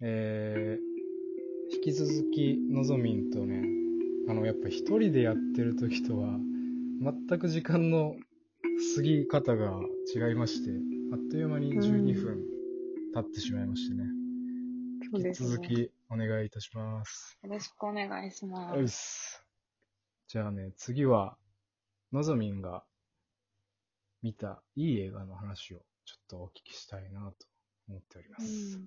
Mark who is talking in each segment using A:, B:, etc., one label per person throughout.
A: えー、引き続きのぞみんとね、あの、やっぱ一人でやってる時とは、全く時間の過ぎ方が違いまして、あっという間に12分経ってしまいましてね。
B: そう
A: 引
B: で
A: き
B: すね
A: 続きお願いいたします。
B: よろしくお願いしま
A: うっ
B: す。
A: す。じゃあね、次は、のぞみんが見たいい映画の話をちょっとお聞きしたいなと思っております。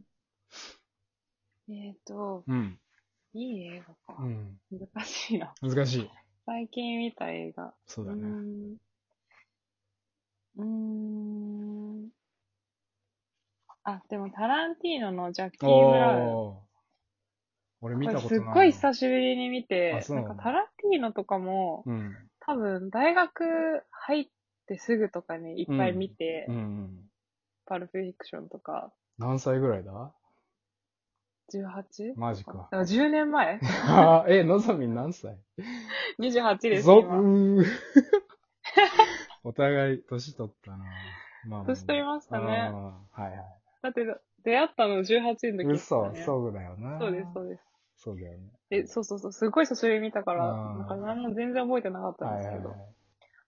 B: うん、えっ、と、
A: うん。
B: いい映画か
A: う。ん。
B: 難しいな。
A: 難しい。
B: 最近見た映画。
A: そうだ
B: うー
A: ね。
B: ん。うーん。あ、でもタランティーノのジャッキー・ブラウン。
A: おー俺見たこと
B: こ
A: ない
B: れす
A: な。
B: っごい久しぶりに見て
A: あ、そうな
B: なん
A: だ
B: んかタランティーノとかも、
A: うん。
B: 多分大学入ってすぐとかにいっぱい見て、
A: うんうん。
B: パルプフィクションとか、
A: 何歳ぐらいだ
B: 18?
A: マジ
B: だ
A: か
B: か。ら10年前
A: あーえ、のぞみん何歳
B: ?28 です。
A: ぞ
B: 今
A: うー お互い年取ったな。まあまあ
B: 年取りましたね
A: あーはいはい。
B: だって、出会ったの18の時です
A: 嘘
B: よ、ね。
A: そうだよな。
B: そうです、そうです。
A: そうだよね。
B: え、そうそうそう、すごい久しぶりに見たから、
A: あー
B: なんか何も全然覚えてなかったん
A: は
B: で
A: い
B: す
A: はい
B: け
A: は
B: ど。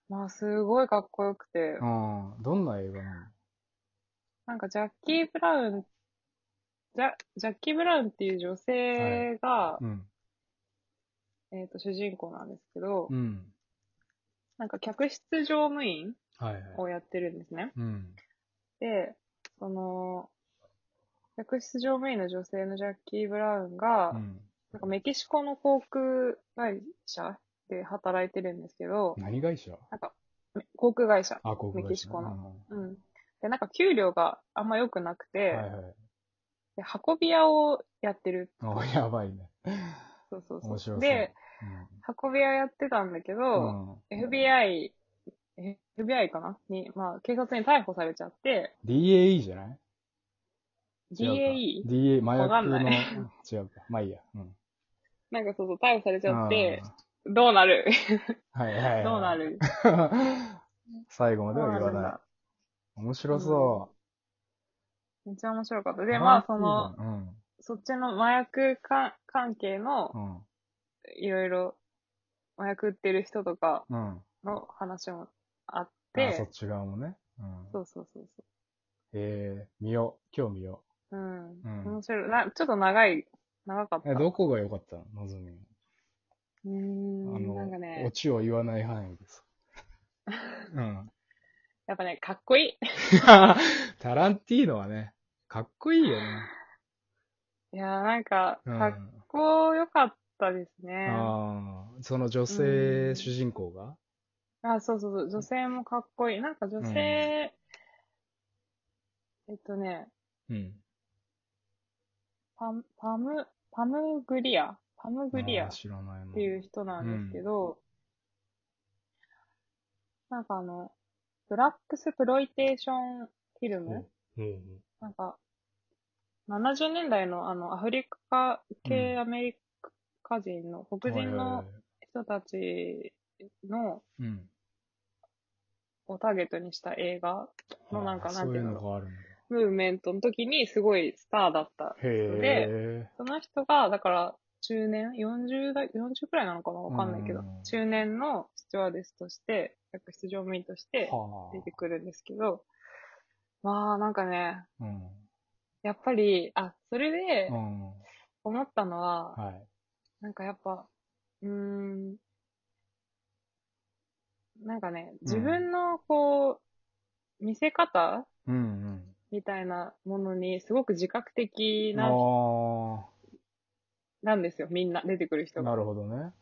B: まあ、すごいかっこよくて、
A: い。うん。どんな映画なの
B: なんかジャッキー・ブラウン、ジャジャッキー・ブラウンっていう女性が、
A: うん。
B: えっ、と、主人公なんですけど、
A: うん。
B: なんか客室乗務員
A: はいはい。
B: をやってるんですね。
A: うん。
B: で、その、客室乗務員の女性のジャッキー・ブラウンが、
A: うん。
B: なんかメキシコの航空会社で働いてるんですけど、
A: 何会社
B: なんか、め航空会社。
A: あ、航空会社。
B: メキシコのうん。で、なんか給料があんま良くなく
A: う
B: て、
A: ん。はいはい。
B: で運び屋をやってる。
A: あ、やばいね。
B: そうそうそう。
A: 面白そう。
B: で、運び屋やってたんだけ
A: うん、
B: ど、
A: うん
B: FBI、え FBI かなに、まあ、警察に逮捕されちゃって、
A: DAE じゃない
B: DAE?
A: ?DA、麻
B: わか
A: 薬
B: ん
A: の、
B: ない
A: 違うか。まあいいや。うん。
B: なんかそうそう、逮捕されちゃって
A: あ、
B: どうなる
A: ー、はいはいはい。
B: どうなる
A: 最後までは言
B: どう
A: わ
B: なるん
A: ない
B: だ。
A: 面白そ
B: めっちゃ面白かった。
A: う。
B: で、まあ、その、
A: うん、
B: そっちの麻薬か関係の
A: う、ん、
B: いろいろ、麻薬売ってる人とか
A: うん。あ
B: の話もあっ、
A: そってち側もね。うん。
B: そうそうそうそ
A: えー、見よう。今日見よ
B: う。うん。
A: うん
B: 面白い。な、ちょっと長い、長かっ
A: う。
B: た。
A: え、どこが良かったののぞみ。
B: うー
A: あ
B: ん。
A: の、
B: なんか
A: オ
B: ね、
A: チを言わない範囲 です。うん。
B: やっぱね、かっこいい。
A: タランティーノはね、かっこいいよね。
B: いやーなんか、
A: うん。
B: かっこよかったですね。
A: ああ、その女性
B: うん
A: 主人公が
B: あ、そうそうそう、女性もかっこいい。なんか女性、えっとね、
A: うん。
B: パム、パム、パムグリア、パムグリア
A: あー
B: っ
A: 知らないな。
B: ていう人なんですけど、なんかあの、ブラックスプロイテーションフィルム、
A: うんうん。
B: なんか、70年代のあの、アフリカ系
A: うん
B: アメリカ人の、黒
A: はい
B: 人の
A: はいはい
B: 人たちの、
A: うん。
B: をターゲットにした映画のなんか
A: あー
B: なんていう
A: そうい
B: の
A: うのがあるんだ。
B: ムーブメントの時にすごいスターだった。
A: へえ。
B: その人が、だから、中年 ?40 代、40くらいなのかなわかんないけど
A: うん、
B: 中年のスチュワーデスとして、客室乗務員として
A: は
B: 出てくるんですけど、まあ、なんかね、
A: あ。うん。
B: やっぱり、あ、それで
A: うん。
B: 思ったのは、
A: はい。
B: なんかやっぱ、うーん、なんかね、自分のこう、見せ方
A: うんうん。
B: みたいなものにすごく自覚的
A: ああ
B: ななんですよ、みんな、出てくる人
A: ー、
B: が。
A: なるほどね。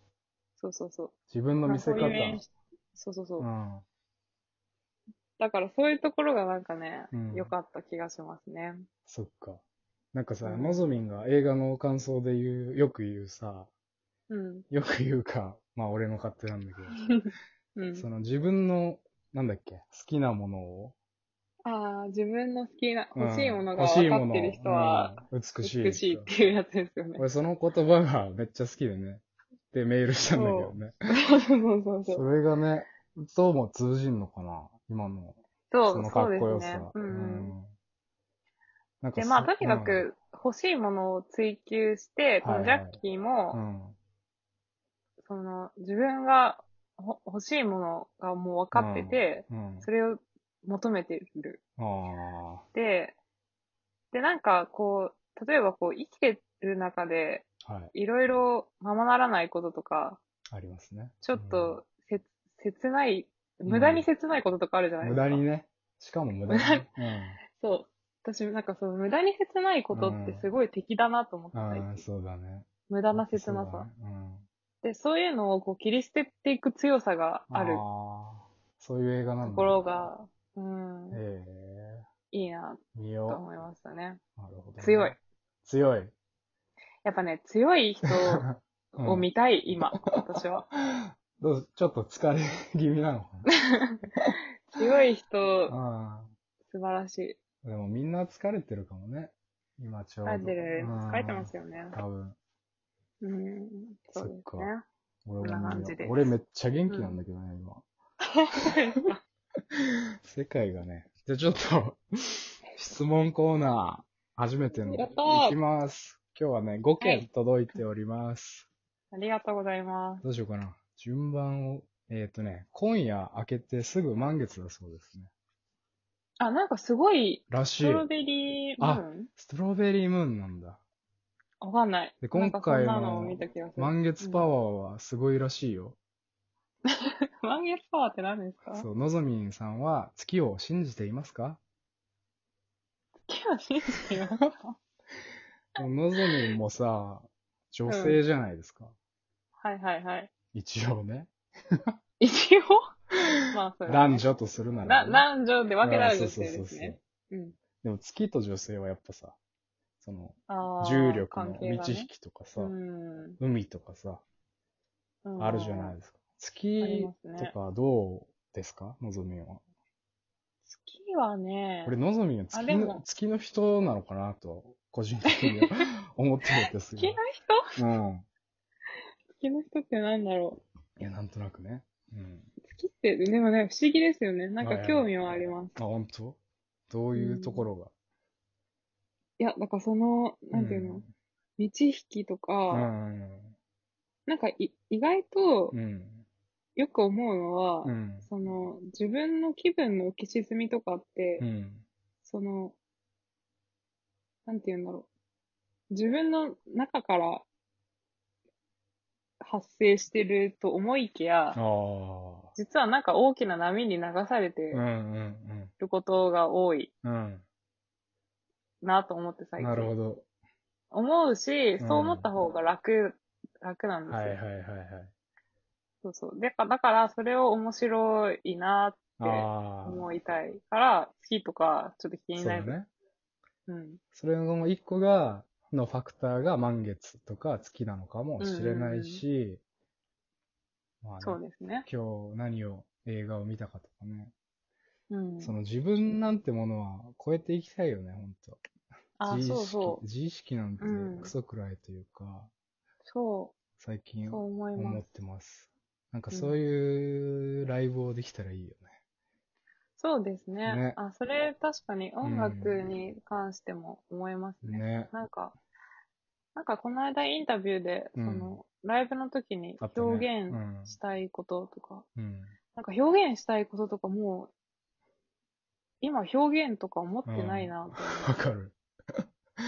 B: そうそうそう。
A: 自分の見せ方。
B: まあそういう演出そうそうそう。
A: うん。
B: だからそういうところがなんかね
A: うん、
B: 良、かった気がしますね。
A: そっか。なんかさ、
B: うん
A: のぞみんが映画の感想で言う、よく言うさ、
B: うん。
A: よく言うか、まあ俺の勝手なんだけど、
B: うん。
A: その自分の、なんだっけ、好きなものを、
B: ああ、自分の好きな、
A: うん
B: 欲しいものが分かってる人は、、
A: 欲しいものうん美
B: 美
A: し
B: し
A: い
B: いっていうやつですよ ね。
A: 俺その言葉がめっちゃ好きでね。で、メールしたんだけどね。
B: そうそうそう
A: そ
B: そう。
A: れがね、どうも通じんのかな今の、
B: そう、
A: のか
B: そ
A: っ
B: うで
A: こ
B: す
A: よ
B: ね
A: さ。。
B: うん。
A: うんなんか
B: で、
A: そ
B: まあ、とにか、く、欲しいものを追求して、こ
A: は
B: の
A: い
B: ジ
A: はい
B: ャッキーも、
A: うん。
B: その、自分がほ欲しいものがもう分かってて、
A: うん。
B: それを求めてる。
A: あ
B: で、で、なんかこう、例えばこう、生きてる中で、
A: あ。はい。
B: いろいろままならないこととか、
A: ありますね。
B: ちょっと、せ、切ない、無駄に切ないこととかあるじゃ
A: う、
B: なんいで
A: 無
B: すか。
A: 駄にね。しかも無駄にね。
B: そう。私、なんかその無駄に切ないことってすごい敵だなと思って
A: う
B: た、
A: ん。うん、
B: 最近
A: そうだね。
B: 無駄な切な
A: そうだ
B: さ
A: ね。うん。
B: で、そういうのをこう切り捨てていく強さがある
A: あーそういう映画なん
B: と
A: だ。
B: ころ。が、うん、
A: え
B: いいな
A: え見
B: と
A: よ
B: 思いましたね。
A: う。なるほどね
B: 強い。。
A: 強い。
B: やっぱね、強い人
A: うん
B: を見たい、 今、私は。
A: どうぞちょっと疲れ気味なのか
B: 強い人、
A: な。
B: 素晴らしい。
A: うん。でもみんな疲れてるかもね。今ちょうど。
B: 疲れてる、
A: うん
B: 疲れてますよね。
A: 多分。
B: うん、そうですね。
A: 俺も
B: こんな感じです
A: 俺めっちゃ元気なんだけどね、今。世界がね。じゃあちょっと、 質問コーナー、初めての。
B: やったー
A: いきます。今日はね、5
B: は
A: 件
B: い
A: 届いております。
B: ありがとうございます。
A: どうしようかな。順番を、えっ、とね、今夜明けてすぐ満月だそうですね。
B: あ、なんかすごい、
A: ら
B: ス
A: しい
B: ト。ロベリームーン
A: ストロベリームーンなんだ。
B: わかんない。
A: で今回
B: なんかそんな
A: の
B: のを見た気がする。
A: 満月パワーはすごいらしいよ。
B: 満月パワーって何ですか
A: そう、のぞみんさんは月を信じていますか
B: 月を信じていますか
A: もうのぞみんもさ、女性じゃないですか。
B: はいはい はい。
A: 一応ね。
B: 一応まあそれは
A: 男女とするなら
B: な
A: ね、
B: 男女で分けられる
A: うん
B: 女
A: そう
B: 性
A: そうそうそ
B: です
A: う
B: ね。うん
A: でも月と女性はやっぱさ、その、
B: あー
A: 重力の
B: 関係が
A: 満ち
B: ね
A: 引きとかさ、
B: うん
A: 海とかさ、
B: うん
A: あるじゃないですか。
B: あり
A: 月
B: ますね
A: とかどうですかのぞみんは。
B: 月はね、
A: 俺、のぞみんは月
B: あで
A: の
B: も
A: 月の人なのかなと、個人的に は思ってるんですよ
B: 月の人
A: うん。
B: 月の人ってなんだろ
A: いや、なんとなくね。うん。
B: う。月って、でもね、不思議ですよね。なん
A: は
B: か
A: いはい
B: 興味はあります。
A: あ、本当？どういうところが、
B: いや、だからその、なんていうの、道引きとか、
A: うん。
B: なんかい意外と
A: うん。うん。
B: よく思うのは、
A: うん。
B: その、自分の気分の浮き沈みとかって、
A: うん。
B: その、なんて言うんだろう。自分の中から発生してると思いきや
A: あ、あ。
B: 実はなんか大きな波に流されて
A: うんうん
B: ることが多い
A: うん。うん。
B: なと思って最近。
A: なるほど。
B: 思うし、
A: うん
B: そう思った方が楽、楽なんですよ。
A: はいはいはいはい。
B: そうそう。でか、だからそれを面白いなって
A: ああ。
B: 思いたいから、月とかちょっと気に
A: そう
B: な
A: だ
B: る。
A: ね。
B: うん。
A: それの一個が、のファクターが満月とか月なのかもしれないし、まあ
B: そう
A: ね、
B: ですね。
A: 今日何を映画を見たかとかね。
B: うん。
A: その自分なんてものは超えていきたいよね、ほんと。
B: あ、
A: 自意
B: そう
A: 識
B: そう。
A: 自意識なんて
B: うん
A: クソくらいというか、
B: そ
A: 最
B: う。
A: 近
B: そう
A: 思
B: 思いま
A: っ
B: す。
A: てます。なんかそういうライブをできたらいいよね。
B: そうですね。
A: ね
B: あ、それ確かに音楽に関しても思いますね。
A: ね。
B: なんか、なんかこの間インタビューで、
A: うん
B: その、ライブの時に
A: あったね
B: 表現
A: うん
B: したいこととか、
A: うん。
B: なんか表現したいこととかもう、今表現とか思ってないなと思って、
A: わかる。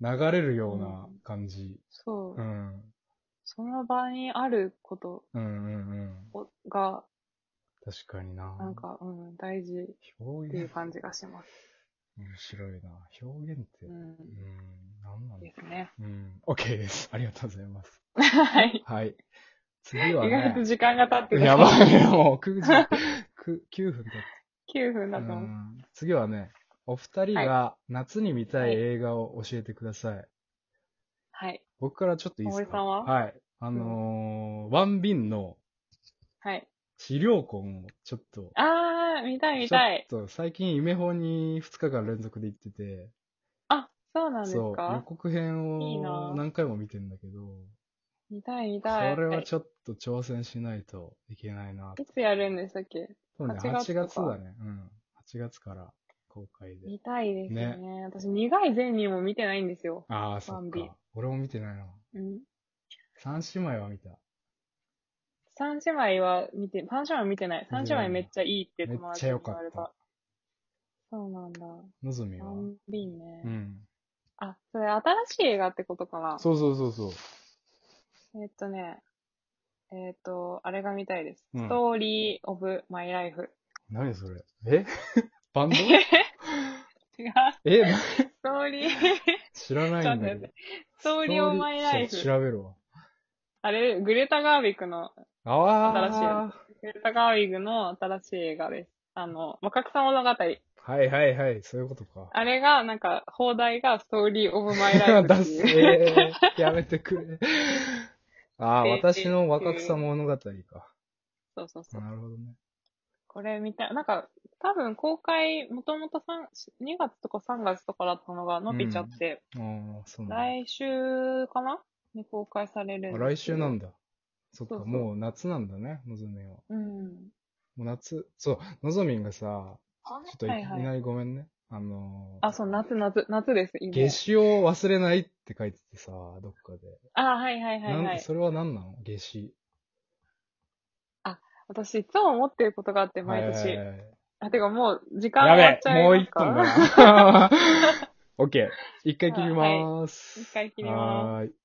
A: 流れるような感じ。
B: そう、
A: うん。
B: その場にあること
A: うんうんうん。
B: をが、
A: 確かにな。
B: なんか、うん、大事っ
A: 表
B: ていう
A: 現、
B: 感じがします。
A: 面白いな。表現って、
B: う
A: うん、
B: ん、
A: なんなんだ
B: ですね。
A: うん。OK です。ありがとうございます。
B: はい。
A: はい。次は
B: 意 外と
A: ね、
B: 時間が経って
A: やばいね、もう9時、 く9分だっ
B: 9分
A: た。
B: だと
A: う
B: 思う。
A: ん次はね、お二人が夏に見たい映画を教えてください。
B: はい。
A: 僕からちょっといいですか。
B: 大森さんはい
A: あのーワンビンの
B: はい。
A: 資料庫をちょっと、
B: あー、見たい見たい。
A: ちょっと最近、夢法に2日間連続で行ってて、
B: あ、そうなんです
A: そう、予
B: か
A: 告編
B: いい
A: を
B: な
A: 何回も見てんだけど、
B: 見たい見
A: こ
B: たい。
A: れはちょっと挑戦しないといけないな。
B: いつやるんでしたっけ
A: そうね、8
B: 8
A: 月
B: 月
A: だね。うん。8月から公開で。
B: 見たいですね。
A: ね
B: 私、苦い善人も見てないんですよ。
A: ああ、そっ
B: バンビ
A: か。俺も見てないな。
B: うん。
A: 三姉妹は見た。
B: 三姉妹は見て、三姉妹は見てない。三姉妹めっちゃいいって
A: めっ
B: 友
A: ちゃ
B: 達に
A: 良
B: 言
A: かっ
B: われた
A: た。。
B: そうなんだ。
A: のぞみ
B: バ
A: は。
B: ンビーね。
A: うん。
B: あ、それ新しい映画ってことかな
A: そうそうそうそう。
B: えーっとね、えーっと、あれが見たいです。
A: うん
B: ストーリーオブマイライフ。
A: 何それえ バンド
B: 違う。
A: えな
B: ストーリー、
A: 知らないんだけ
B: ちょっと待
A: ど
B: っ。ストーリーオブマイライ
A: ちょっと
B: フ。
A: 調べるわ。
B: あれ、グレタ・ガービックの、
A: ああ。
B: 新しいやグレタ・ガービックの新しい映画です。あの、若草物語。
A: はいはいはい、そういうことか。
B: あれが、なんか、放題がストーリーオブマイラ イフって
A: 出す。
B: い
A: え
B: う。
A: ー やめてくれ。ああ、
B: えー
A: 私の若草物語か。
B: そうそうそう。
A: なるほどね。
B: これ見たい。なんか、多分公開、もともと2月とか3月とかだったのが伸びちゃって、
A: ああ、そうなんだ。
B: 来週かなに公開されるんですけ
A: あ
B: ど。
A: 来週なんだ。そっか、
B: そうそう
A: もう夏なんだね、のぞみは。も
B: うん。
A: う夏、そう、のぞみんがさ、ちょっとい,、
B: はい
A: い
B: はい
A: なりごめんね。あのー、
B: あ、そう、夏、夏、夏です、今。
A: 夏至を忘れないって書いててさ、どっかで。
B: あ、はいはいはいは
A: なん
B: い。
A: それは何なの夏至。
B: 私、いつも思ってることがあって、毎
A: はい
B: 年
A: は。いはい
B: あ、てかもう、時
A: や
B: 間終わっ
A: べ
B: ちゃ
A: え、もう
B: いま
A: 一
B: すか
A: 本だな。オッケー。一回切りまーす。
B: 一回切ります
A: はーい。